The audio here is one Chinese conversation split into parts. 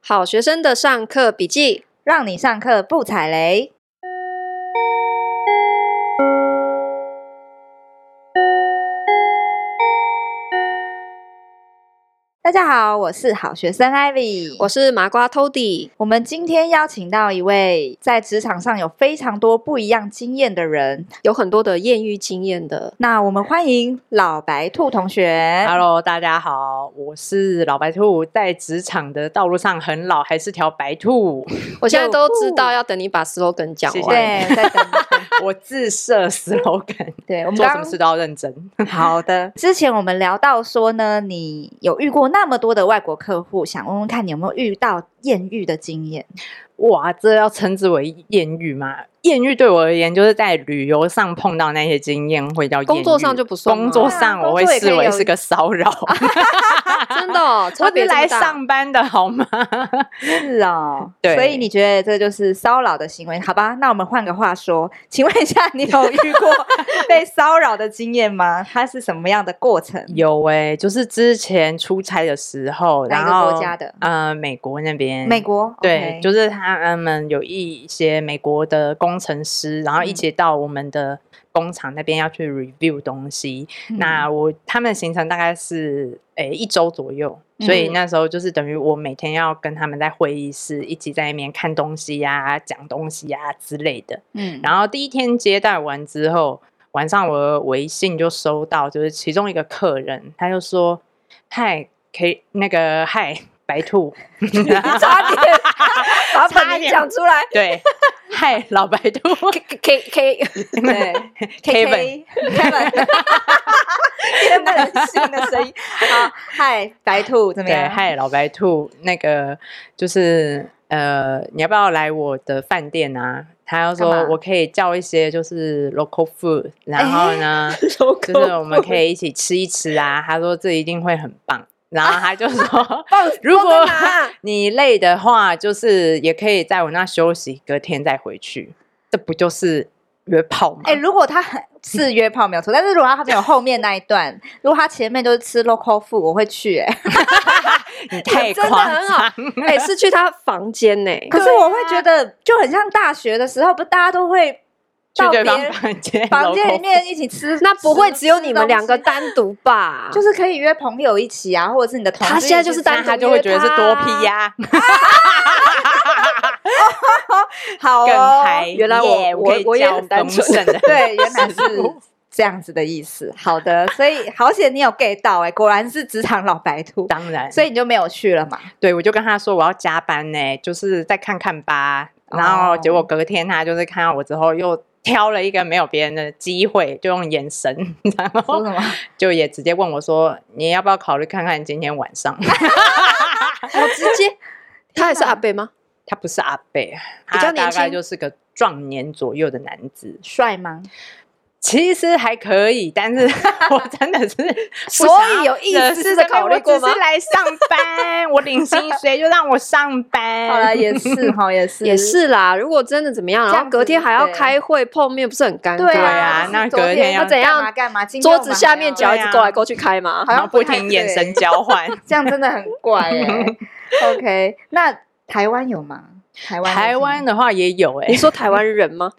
好学生的上课笔记，让你上课不踩雷。大家好，我是好学生 Ivy，我是麻瓜 Tody。我们今天邀请到一位在职场上有非常多不一样经验的人，有很多的艳遇经验的，那我们欢迎老白兔同学。 Hello，大家好，我是老白兔，在职场的道路上很老，还是条白 兔。我现在都知道哦要等你把 slogan 讲谢完。 谢对，在等，我自设 slogan，对我们 做刚什么事都要认真。 好的，之前我们聊到说呢，你有遇过那么多的外国客户，想问问看你有没有遇到艳遇的经验？哇，这要称之为艳遇吗？艳遇对我而言，就是在旅游上碰到那些经验会叫艳遇工作上就不算吗工作对啊上我工作会也可以视为有是个骚扰。 真的哦，差我别是这么来大。上班的好吗？是哦，对所以你觉得这就是骚扰的行为？好吧，那我们换个话说，请问一下，你 有遇过被骚扰的经验吗？ 它是什么样的过程？有哎、就是之前出差的时候，哪然一个后国家的呃，美国那边，美国对 OK 就是他们有一些美国的工程师，然嗯后一起到我们的工厂那边要去 review 东西。嗯那我他们的行程大概是诶、一周左右，所以嗯那时候就是等于我每天要跟他们在会议室一起在那边看东西呀、讲东西呀、之类的。嗯 然后第一天接待完之后，晚上我的微信就收到，就是其中一个客人，他就说：“嗨，可以那个嗨，白兔。”差点把差本名点讲出 来， 对，嗨，老白兔 K K， 对 Kevin， Kevin，天哪，人性的声音。好，嗨，白兔怎么对，样？嗨，老白兔，那个就是呃，你要不要来我的饭店啊？他又干说嘛我可以叫一些就是 local food，然哎后呢， 就是我们可以一起吃一吃啊。他说这一定会很棒，然后他就说 如啊放在果哪你累的话，就是也可以在我那休息，隔天再回去。这不就是约炮吗？哎、如果他很是约炮没有错，但是如果他没有后面那一 段，如果他前面都是吃 local food，我会去、哎，你 太哎真的夸很好张。哎，是去他房间呢。可是我会觉得就很像大学的时候，不大家都会去到别对 方人房间，房间里面一起吃，那不会吃只有你们两个，吃单独吧？东西 就是可以约朋友一起啊，或者是你的同事一他起吃。现在就是单但他就会觉得是多批呀、好更哦，，嗨。原来我耶我可以我也叫很单丰纯盛的 对，原来是食物这样子的意思。好的，所以好险你有 get 到、哎，果然是职场老白兔，当然。所以你就没有去了嘛。对我就跟他说我要加班呢、就是再看看吧。然后哦结果隔天他就是看到我之后又。挑了一个没有别人的机会，就用眼神， 然说后什么？就也直接问我说：“你要不要考虑看看今天晚上 好哦直 接。他也是阿贝吗？？”他不是阿贝，比较他大年概轻就是个壮年左右的男子，帅吗？其实还可以，但 是我真的是不所想以要有意惹思是的非考虑过吗 我只是来上班，我领薪水就让我上 班。好了，也是哈，也是也。是啦。如果真的怎么样，这然样后隔天还要子对开会碰面，不是很尴尬？对对啊啊，那隔天要要那怎样干嘛干嘛？今天桌我子们下还面要脚一直对啊勾来勾去开 吗？好然像后不太停眼对神交换。这样真的很怪哎。OK，那台湾有吗？台湾有 台湾听的话也有哎、你说台湾人 吗？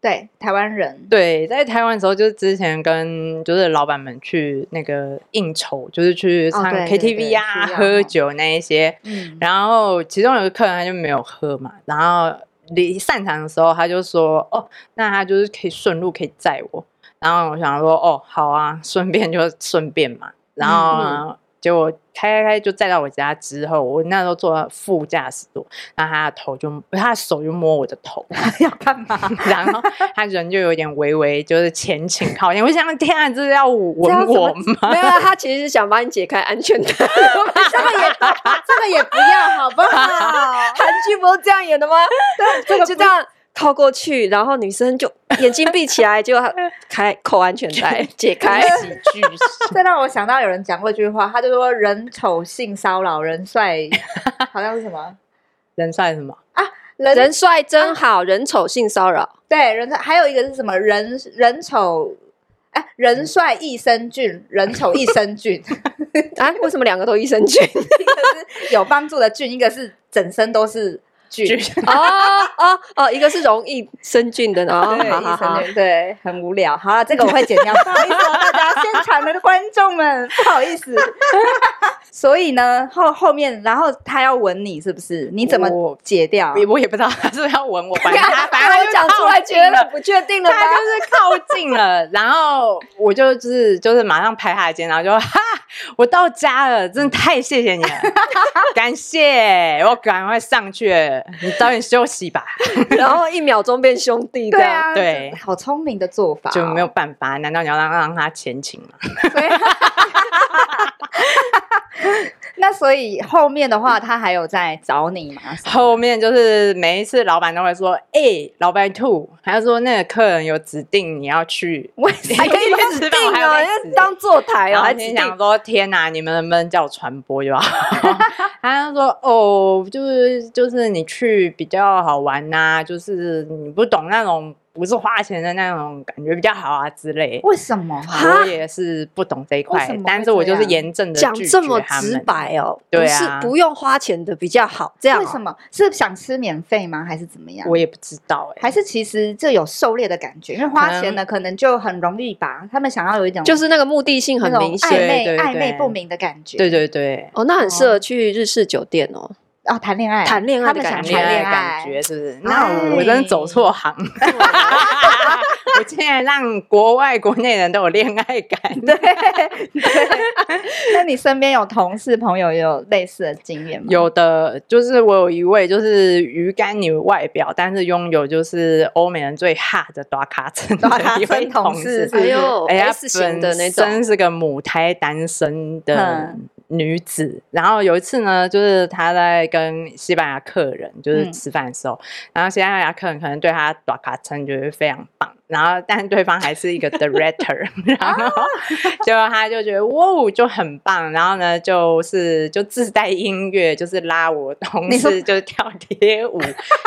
对台湾人 对，在台湾的时候，就是之前跟就是老板们去那个应酬，就是去哦唱对对对 KTV 啊、需要喝哦酒那一些，嗯 然后其中有一个客人他就没有喝嘛，然后离散场的时候他就说：“哦，那他就是可以顺路可以载我。”然后我想说：“哦，好啊，顺便就顺便嘛。”然后呢，结果开开开就载到我家之后，我那时候坐在副驾驶座，然后他的头就他的手就摸我的头， 要干嘛？然后他人就有点微微就是前倾靠近。我想，天啊，这是要吻我吗？没有啊，他其实是想帮你解开安 全带。这个也这个也不要好不好？ 韩剧不是这样演的吗？这个就这样靠过去，然后女生就 眼睛闭起来，结果她开扣安全 带，解开。喜剧 这让我想到有人讲过一句话，他就说“人丑性骚扰，人帅好像是什么人算什么？人人帅真好，人丑性骚扰。对人丑，还有一个是什么人人丑哎、人帅益生菌，人丑益生菌，啊？为什么两个都益生 菌？一个是有帮助的菌，一个是整身都是菌。菌哦哦哦，一个是容易生菌的，然后 对，哦好好益好生，菌，对，很无聊。好了，这个我会剪 掉，不好意思、哦，大家现场的观众们，不好意思。 所以呢，后后面，然后他要吻你，是不是？你怎么我解掉？我也不知道他是不是 要吻我，反 正他把反正他我就讲出靠来，近觉得了不确定了吧他？就是靠近了，然后我就就是就是马上拍他的肩，然后就哈，我到家了，真的太谢谢你 了，感谢，我赶快上去了，你早点休息吧。然后一秒钟变兄弟的，对啊，对这好聪明的做哦法、就没有。办法，难道你要让让他前情吗？所以 那所以后面的话，他还有在找你 吗？后面就是每一次老板都会说，哎、老白兔，还有说那个客人有指定你要去。为什还可以去吃饭，我还有在因指为定当坐台然哦，后还天指想定说，天哪、你们能不能叫我传播就好？ 他就说，哦，就是就是你去比较好玩呐、就是你不懂那种不是花钱的那种感觉比较好啊之类。为什么？我也是不懂这一为什块么，但会是我这就是样严正的讲这么直白哦，不对是啊不用花钱的比较好，这样哦啊为什么是想吃免费吗？还是怎么样？我也不知道哎、还是其实这有狩猎的感觉，因为花钱的可能就很容易吧，他们想要有一种就是那个目的性那很种明暧显昧对对对暧昧不明的感觉。对对对，哦，那很适合去日式酒店哦。啊，谈恋爱，谈恋爱他的们感想谈觉谈恋爱的恋感爱，觉是不是？那哎我真的走错行， 我竟然让国外国内人都有恋爱感。那你身边有同事朋友有类似的经验吗？有的，就是我有一位就是鱼干女外表，但是拥有就是欧美人最哈的短卡 层短卡的一位层同同事事是，哎呦哎呀，S 型的那 本种，身是个母胎单身的嗯女子。然后有一次呢，就是她在跟西班牙客人就是嗯吃饭的时候，然后西班牙客人可能对她短卡层觉得非常棒，然后但对方还是一个 director，然后结果她就觉得哇哦就很棒，然后呢就是就自带音乐，就是拉我同你说事就是跳街舞，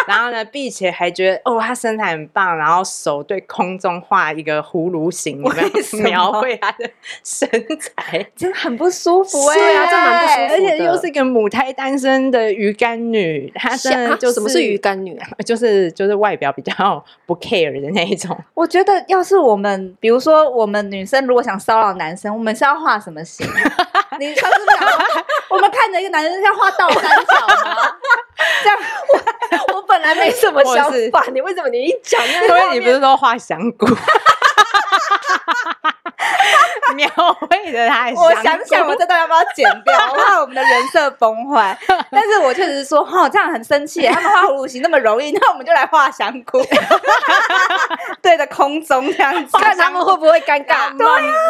然后呢，并且还觉得哦，她身材很棒，然后手对空中画一个葫芦形，有没有为什么描绘她的身 材。真的很不舒服哎、是啊这蛮不舒服的而且又是一个母胎单身的鱼干女，她真的啊像就什么是鱼干女啊？ 就是就是外表比较不 care 的那一种。我觉得要是我们，比如说我们女生如果想骚扰男生，我们是要画什么 型？你他是不是想说我们看着一个男生像画倒三角吗？这样我我本来没什么我想是法，你为什么你一讲那因为你不是说画香 菇，描绘的她的香菇。我想想，我这段要不要剪 掉？我怕我们的人设崩坏。但是我确实是说，哈、这样很生气耶。他们画葫芦形那么容易，那我们就来画香菇，对着空中这样子。看他们会不会尴尬？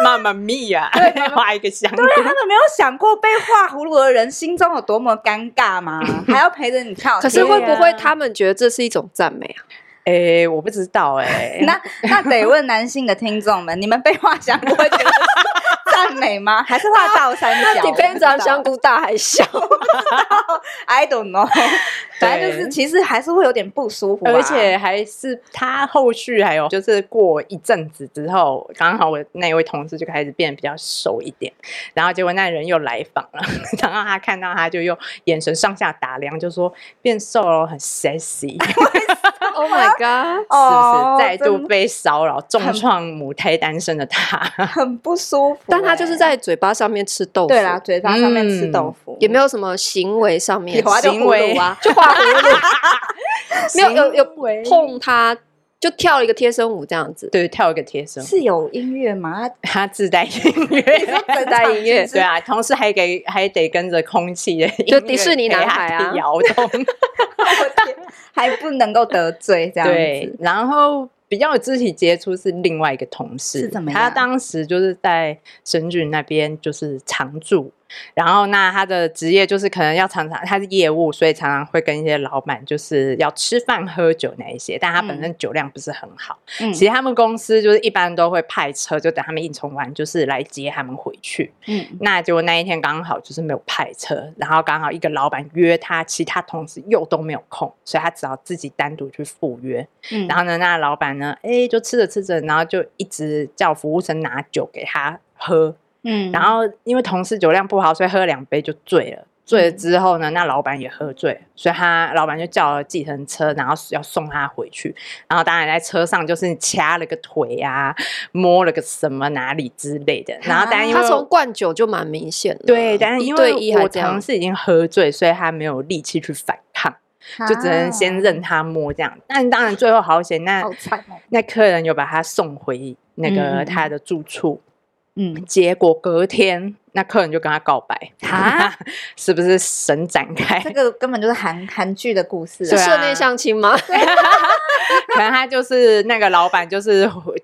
妈妈咪呀，画一个香菇。啊 对他啊们没有想过被画葫芦的人心中有多么尴尬 吗？还要陪着你跳。 可是会对不啊会他们觉得这是一种赞美啊？诶，我不知道诶。那那得问男性的听众们，你们被画香菇会觉得是赞美吗？ 还是画倒三角？那 depends on 香菇菇大还小， ，I don't know。反正就是，其实还是会有点不舒服吧，啊而且还是他后续还有，就是过一阵子之后，刚好我那位同事就开始变得比较瘦一点，然后结果那人又来访了， 然后他看到他就用眼神上下打量，就说变瘦了，很 sexy，是 Oh my god！不哦是？再度真的被骚扰，重创母胎单身的 他，很不舒服欸。但他就是在嘴巴上面吃豆腐，对啦，，嘴巴上面吃嗯豆腐，也没有什么行为上面有啊就行为葫芦 啊，就画葫芦，没有有有行为碰他，就跳了一个贴身舞这样子。对，跳一个贴身舞，是有音乐吗？他自带音乐。自 带音乐对啊，同时还给还得跟着空气的音就乐迪士尼男孩啊陪他摇动，还不能够得罪这样对子，，然后比较有肢体接触是另外一个同事，是怎么他样当时就是在深圳那边就是常住，然后那他的职业就是可能要常常他是业务，所以常常会跟一些老板就是要吃饭喝酒那一些，但他本身酒量不是很好。嗯其实他们公司就是一般都会派车，就等他们应酬完就是来接他们回去。嗯那结果那一天刚好就是没有派车，然后刚好一个老板约他，其他同事又都没有空，所以他只好自己单独去赴约。嗯然后呢，那老板呢，哎，就吃着吃着，然后就一直叫服务生拿酒给他喝。嗯然后因为同事酒量不好，所以喝两杯就醉了。醉了嗯之后呢，那老板也喝醉了，所以他老板就叫了计程车，然后要送他回去。然后当然在车上就是掐了个腿啊，摸了个什么哪里之类的。然后当然因为啊他从灌酒就蛮明显的，对，但是一因对一为还我这样同，事已经喝醉，所以他没有力气去反抗，就只能啊先认。任他摸这样。但当然最后好险，那啊好惨 哦。那客人有把他送回那嗯嗯个嗯他的住处。嗯，结果隔天，那客人就跟他告白，啊， 是不是神展开？ 这个根本就是韩韩剧的故事是啊。对啊社内相亲吗？可能他就是那个老板，就是回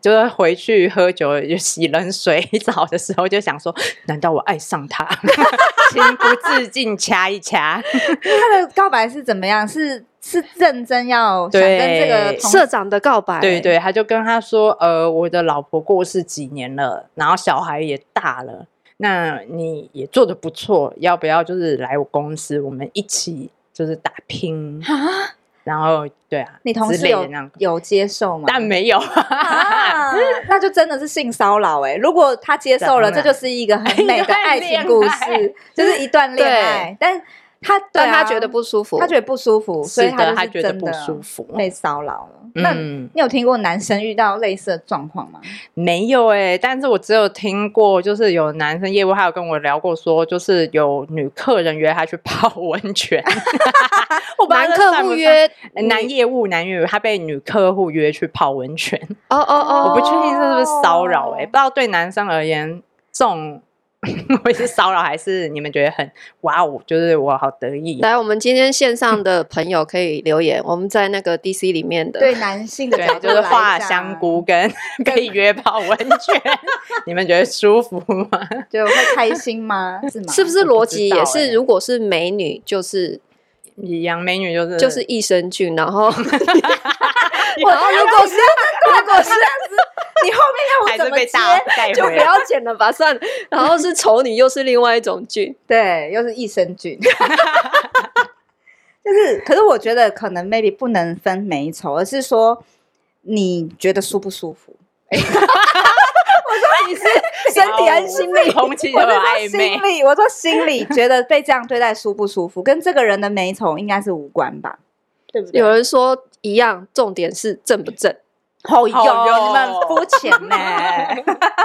就是回去喝酒就洗冷水 澡的时候，就想说，难道我爱上他？ 情不自禁掐一掐。他的告白是怎么样？是是认真要想跟这个对同社长的告白，对，对，他就跟他说，呃，我的老婆过世几年了，然后小孩也大了，那你也做的不错，要不要就是来我公司，我们一起就是打拼？啊，然后对啊，你同之事类的有那样，有接受吗？但没有，啊，那就真的是性骚扰哎！如果他接受了，这当然就是一个很美的爱情故 一段恋事，就是一段恋爱。但他对啊但他觉得不舒服，他觉得不舒服，所以 是的，他就觉是得真不舒的服。被骚扰了。那嗯，你有听过男生遇到类似的状况吗？没有哎、但是我只有听过，就是有男生业务，还有跟我聊过说，就是有女客人约他去泡温泉， 我不知道男这客算不户算约呃男业务男业务，他被女客户约去泡温泉，哦哦哦，我不确定这是不是骚扰哎，哦不知道对男生而言，这种 会是骚扰还是你们觉得很哇哦，就是我好得意，来，我们今天线上的朋友可以留言，我们在那个 DC 里面的，对男性的对角，度就是啊来画讲香菇，跟 可以约泡温泉，你们觉得舒服吗？ 就会开心吗？是吗？ 是不是我逻不知辑也道是？欸如果是美女，就是一样，美女就是就是益生菌，然 后 我哦如果是如果是这样子，你后面还要我是怎么被接？大带就回不来。要剪了吧，算了。然后是丑女，又是另外一种 菌，对，又是益生菌。 就是，可是我觉得可能 maybe 不能分美丑，而是说你觉得舒不舒服。 我说你是身体还是心理？空气都我有是暧说昧心，理，我说心理觉得被这样对待舒不舒服，跟这个人的美丑应该是无关吧？对不对？有人说一样，重点是正不正， 好好哦哟哦有你们肤浅呢、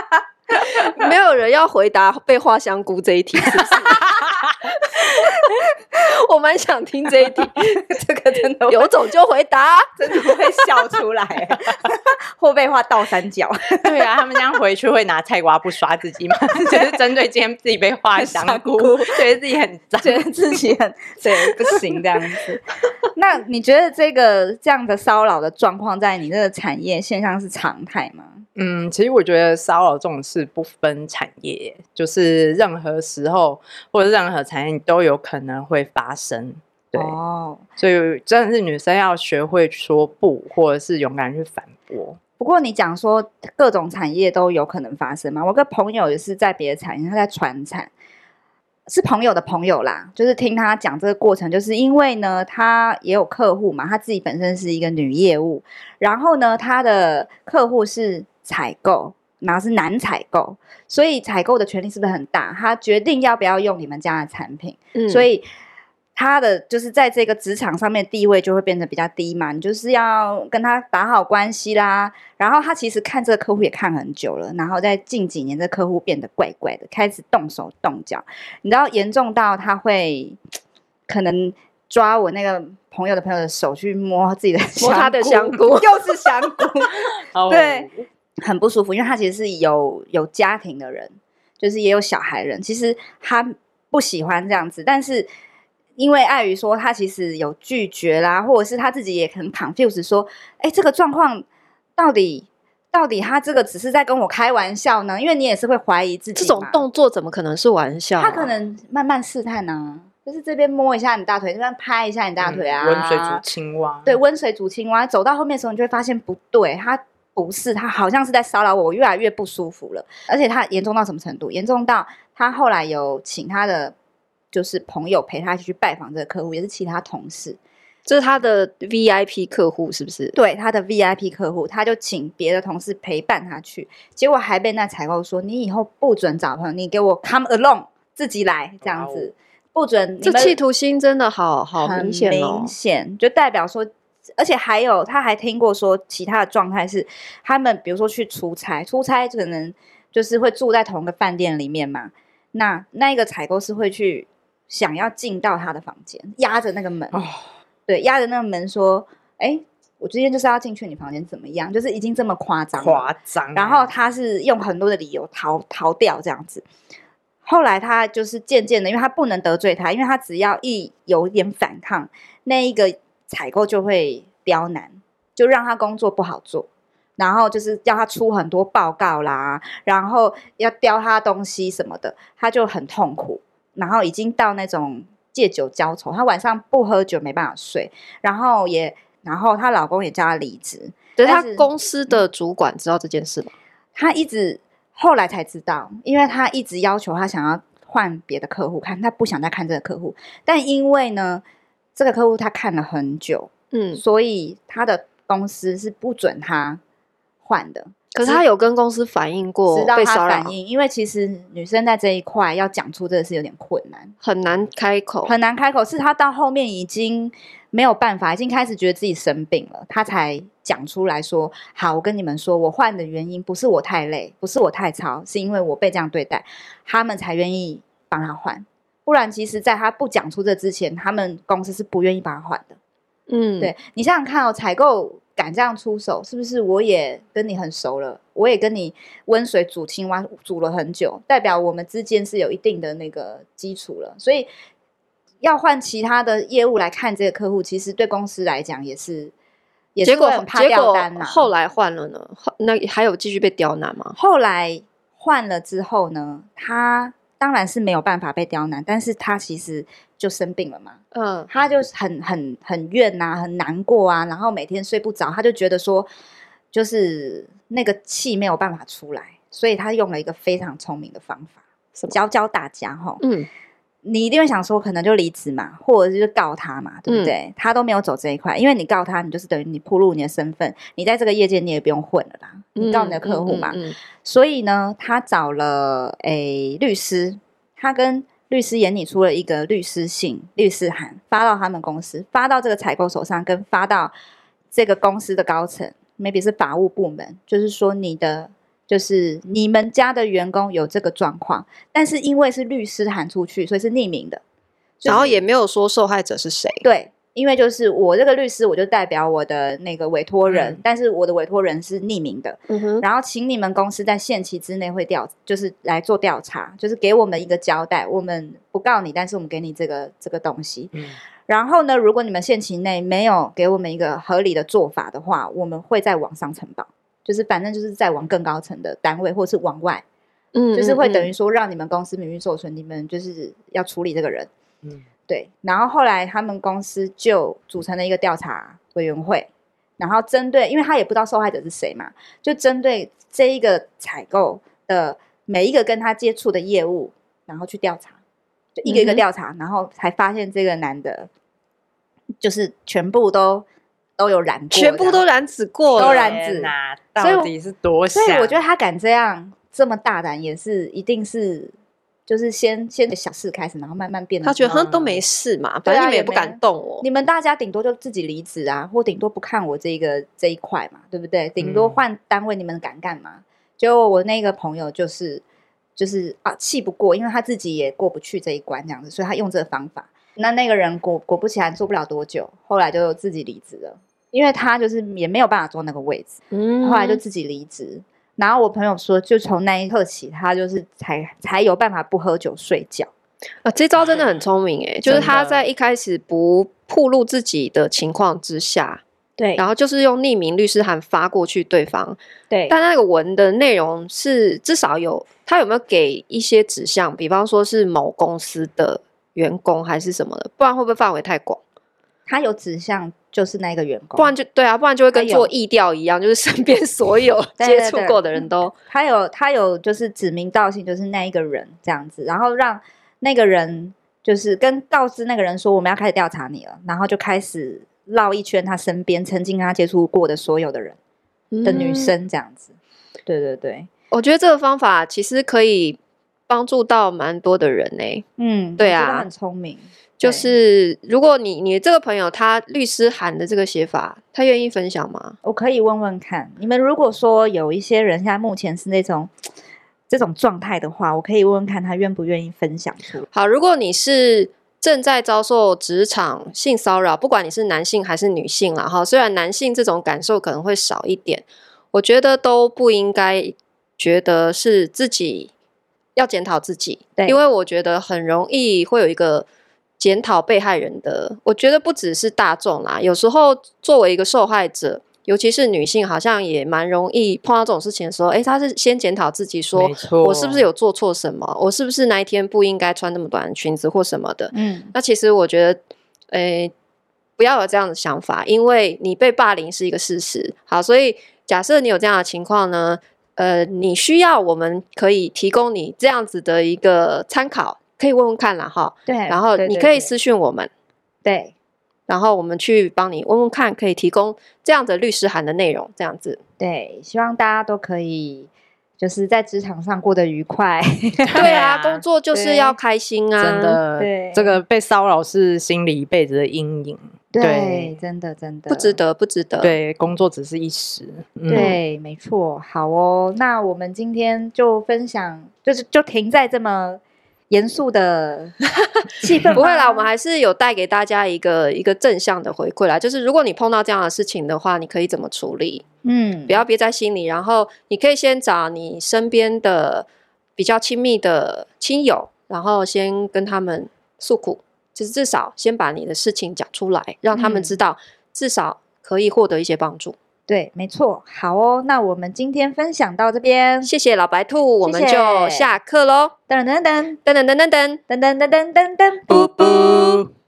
没有人要回答被画香菇这一题，是不 是？我蛮想听这一题， 这个真的有种就回答。真 的会笑出来，会被画倒三角。 对啊，他们这样回去会拿菜瓜布刷自己吗？ 就是针对今天自己被 画香菇，觉得自己很脏。 觉得自己很 对不行这样子。那你觉得这个这样的骚扰的状况，在你这个产业现象是常态吗？ 嗯，其实我觉得骚扰这种事不分产业，就是任何时候或者任何产业都有可能会发生。对，哦，所以真的是女生要学会说不，或者是勇敢去反驳。不过你讲说各种产业都有可能发生嘛？我个朋友也是在别的产业，他在船产，是朋友的朋友啦。就是听他讲这个过程，就是因为呢，他也有客户嘛，他自己本身是一个女业务，然后呢，他的客户是采购，然后是男采购，所以采购的权利是不是很大？他决定要不要用你们家的产品。嗯所以他的就是在这个职场上面地位就会变得比较低嘛，你就是要跟他打好关系啦。然后他其实看这个客户也看很久了，然后在近几年，这客户变得怪怪的，开始动手动脚，你知道严重到他会可能抓我那个朋友的朋友的手去摸自己的摸他的香菇又是 香菇。哦对，很不舒服，因为他其实是有有家庭的人，就是也有小孩人，其实他不喜欢这样子，但是因为碍于说他其实有拒绝啦，或者是他自己也很 confused，说，哎，这个状况到底到底他这个只是在跟我开玩笑呢？因为你也是会怀疑自己这种嘛，动作怎么可能是玩笑啊、他可能慢慢试探啊，就是这边摸一下你大腿，这边拍一下你大腿啊，嗯温水煮青蛙，对，温水煮青蛙。走到后面的时候，你就会发现不对，他不是，他好像是在骚扰我，我越来越不舒服了。而且他严重到什么程度？严重到他后来有请他的就是朋友陪他一起去拜访这个客户，也是其他同事，这是他的 VIP 客户是不是？对他的 VIP 客户，他就请别的同事陪伴他去，结果还被那采购说：“你以后不准找朋友，你给我 come alone，自己来这样子，不准你这们企图心真的好好很明显哦明。显就代表说，而且还有他还听过说，其他的状态是他们比如说去出差，出差可能就是会住在同一个饭店里面嘛，那那一个采购是会去想要进到他的房间，压着那个门，哦，对，压着那个门说，哎，我今天就是要进去你房间，怎么样？就是已经这么夸张了，夸张。然后他是用很多的理由逃逃掉这样子。后来他就是渐渐的，因为他不能得罪他，因为他只要一有一点反抗，那一个采购就会刁难，就让他工作不好做，然后就是要他出很多报告啦，然后要刁他东西什么的，他就很痛苦，然后已经到那种借酒浇愁，他晚上不喝酒没办法睡，然后也，然后她老公也叫她离职，对但他是嗯公司的主管知道这件事吗？他一直后来才知道，因为他一直要求他想要换别的客户看，他不想再看这个客户。但因为呢，这个客户他看了很久，嗯，所以他的公司是不准他换的，可是他有跟公司反映过直到被他骚扰反，映。因为其实女生在这一块要讲出这个是有点困难，很难开口。很难开口，是他到后面已经没有办法，已经开始觉得自己生病了，他才讲出来说：“好，我跟你们说，我换的原因不是我太累，不是我太操，是因为我被这样对待，他们才愿意帮他换。不然，其实在他不讲出这之前，他们公司是不愿意帮他换的。嗯，对你想想看哦，采购敢这样出手，是不是我也跟你很熟了？我也跟你温水煮青蛙煮了很久，代表我们之间是有一定的那个基础了。所以要换其他的业务来看这个客户，其实对公司来讲也是，也是结果会很怕结掉果单嘛。后来换了呢，后那还有继续被刁难吗？后来换了之后呢，他当然是没有办法被刁难，但是他其实就生病了嘛。嗯，他就是很很很怨呐、很难过啊，然后每天睡不着，他就觉得说，就是那个气没有办法出来，所以他用了一个非常聪明的方法什，么教教大家哈，嗯，你一定会想说，可能就离职嘛，或者就是告他嘛，对不对？嗯他都没有走这一块，因为你告他，你就是等于你暴露你的身份，你在这个业界你也不用混了啦，你告你的客户嘛，嗯嗯嗯所以呢，他找了诶律师，他跟律师研拟出了一个律师信、律师函，发到他们公司，发到这个采购手上，跟发到这个公司的高层，maybe 是法务部门，就是说你的。就是你们家的员工有这个状况，但是因为是律师函出去，所以是匿名的，就是然后也没有说受害者是谁。对，因为就是我这个律师，我就代表我的那个委托人，嗯但是我的委托人是匿名的，嗯哼，然后请你们公司在限期之内会调，就是来做调查，就是给我们一个交代。我们不告你，但是我们给你这个这个东西。嗯然后呢，如果你们限期内没有给我们一个合理的做法的话，我们会再往上呈报，就是反正就是再往更高层的单位，或是往外，嗯就是会等于嗯说让你们公司名誉受损，你们就是要处理这个人。嗯对，然后后来他们公司就组成了一个调查委员会，然后针对，因为他也不知道受害者是谁嘛，就针对这一个采购的每一个跟他接触的业务，然后去调查，就一个一嗯个哼调查，然后才发现这个男的，就是全部都都有染过，全部都。染指过了，都染指天哪，所以到底是多所想？以我觉得他敢这样这么大胆，也是一定是就是先先小事开始，然后慢慢变得他觉得很哼都没事嘛，嗯对反正啊你们也也不没敢动我。你们大家顶多就自己离职啊，或顶多不看我这个这一块嘛，对不对？顶多嗯换单位，你们敢干嘛？结果我那个朋友就是就是啊，气不过，因为他自己也过不去这一关，这样子，所以他用这个方法。那那个人果果不其然做不了多久，后来就自己离职了，因为他就是也没有办法坐那个位置，嗯后来就自己离职。然后我朋友说，就从那一刻起，他就是才才有办法不喝酒睡觉。啊，这招真的很聪明诶，就是真的他在一开始不暴露自己的情况之下，对，然后就是用匿名律师函发过去对方，对，但那个文的内容是至少有他有没有给一些指向，比方说是某公司的员工还是什么的，不然会不会范围太广？他有指向就是那个员工，不然就对啊，不然就会跟他有做意调一样，就是身 边所有哎对接对触对过的人都他有他有就是指名道姓，就是那一个人这样子，然后让那个人就是跟告知那个人说我们要开始调查你了，然后就开始绕一圈他身边曾经跟他接触过的所有的人的女。嗯生这样子。对对对，我觉得这个方法其实可以帮助到蛮多的人呢、嗯，对我觉得啊很聪明，就对是如果你你这个朋友他律师函的这个写法，他愿意分享吗？我可以问问看，你们如果说有一些人现在目前是那种这种状态的话，我可以问问看他愿不愿意分享出来。好，如果你是正在遭受职场性骚扰，不管你是男性还是女性啦，哈，虽然男性这种感受可能会少一点，我觉得都不应该觉得是自己要检讨自己，对因为我觉得很容易会有一个检讨被害人的，我觉得不只是大众啦，有时候作为一个受害者。尤其是女性，好像也蛮容易碰到这种事情的时候，诶，她是先检讨自己说没错，我是不是有做错什么？我是不是那一天不应该穿那么短的裙子或什么的？嗯，那其实我觉得，诶、不要有这样的想法，因为你被霸凌是一个事实。好，所以假设你有这样的情况呢，呃，你需要我们可以提供你这样子的一个参考，可以问问看啦哈。对。然后哎对你对可以对私讯我们，对然后我们去帮你问问看，可以提供这样的律师函的内容，这样子。对，希望大家都可以就是在职场上过得愉快。 对 啊，工作就是对要开心啊，真的对，这个被骚扰是心里一辈子的阴影。对对，真的真的不值。得，不值得。。对，工作只是一时。嗯、对，没错。好哦，那我们今天就分享，就是就停在这么严 肃的气 氛吗。不会啦，我们还是有带给大家一个一个正向的回馈啦。就是如果你碰到这样的事情的话，你可以怎么处理？嗯不要憋在心里，然后你可以先找你身边的比较亲密的亲友，然后先跟他们诉苦，就是至少先把你的事情讲出来，让他们嗯知道，至少可以获得一些帮助。对，没错。好哦，那我们今天分享到这边。谢谢老白兔，我们谢谢就下课喽！噔噔噔噔噔噔噔噔。噔噔噔噔噔噔。不不。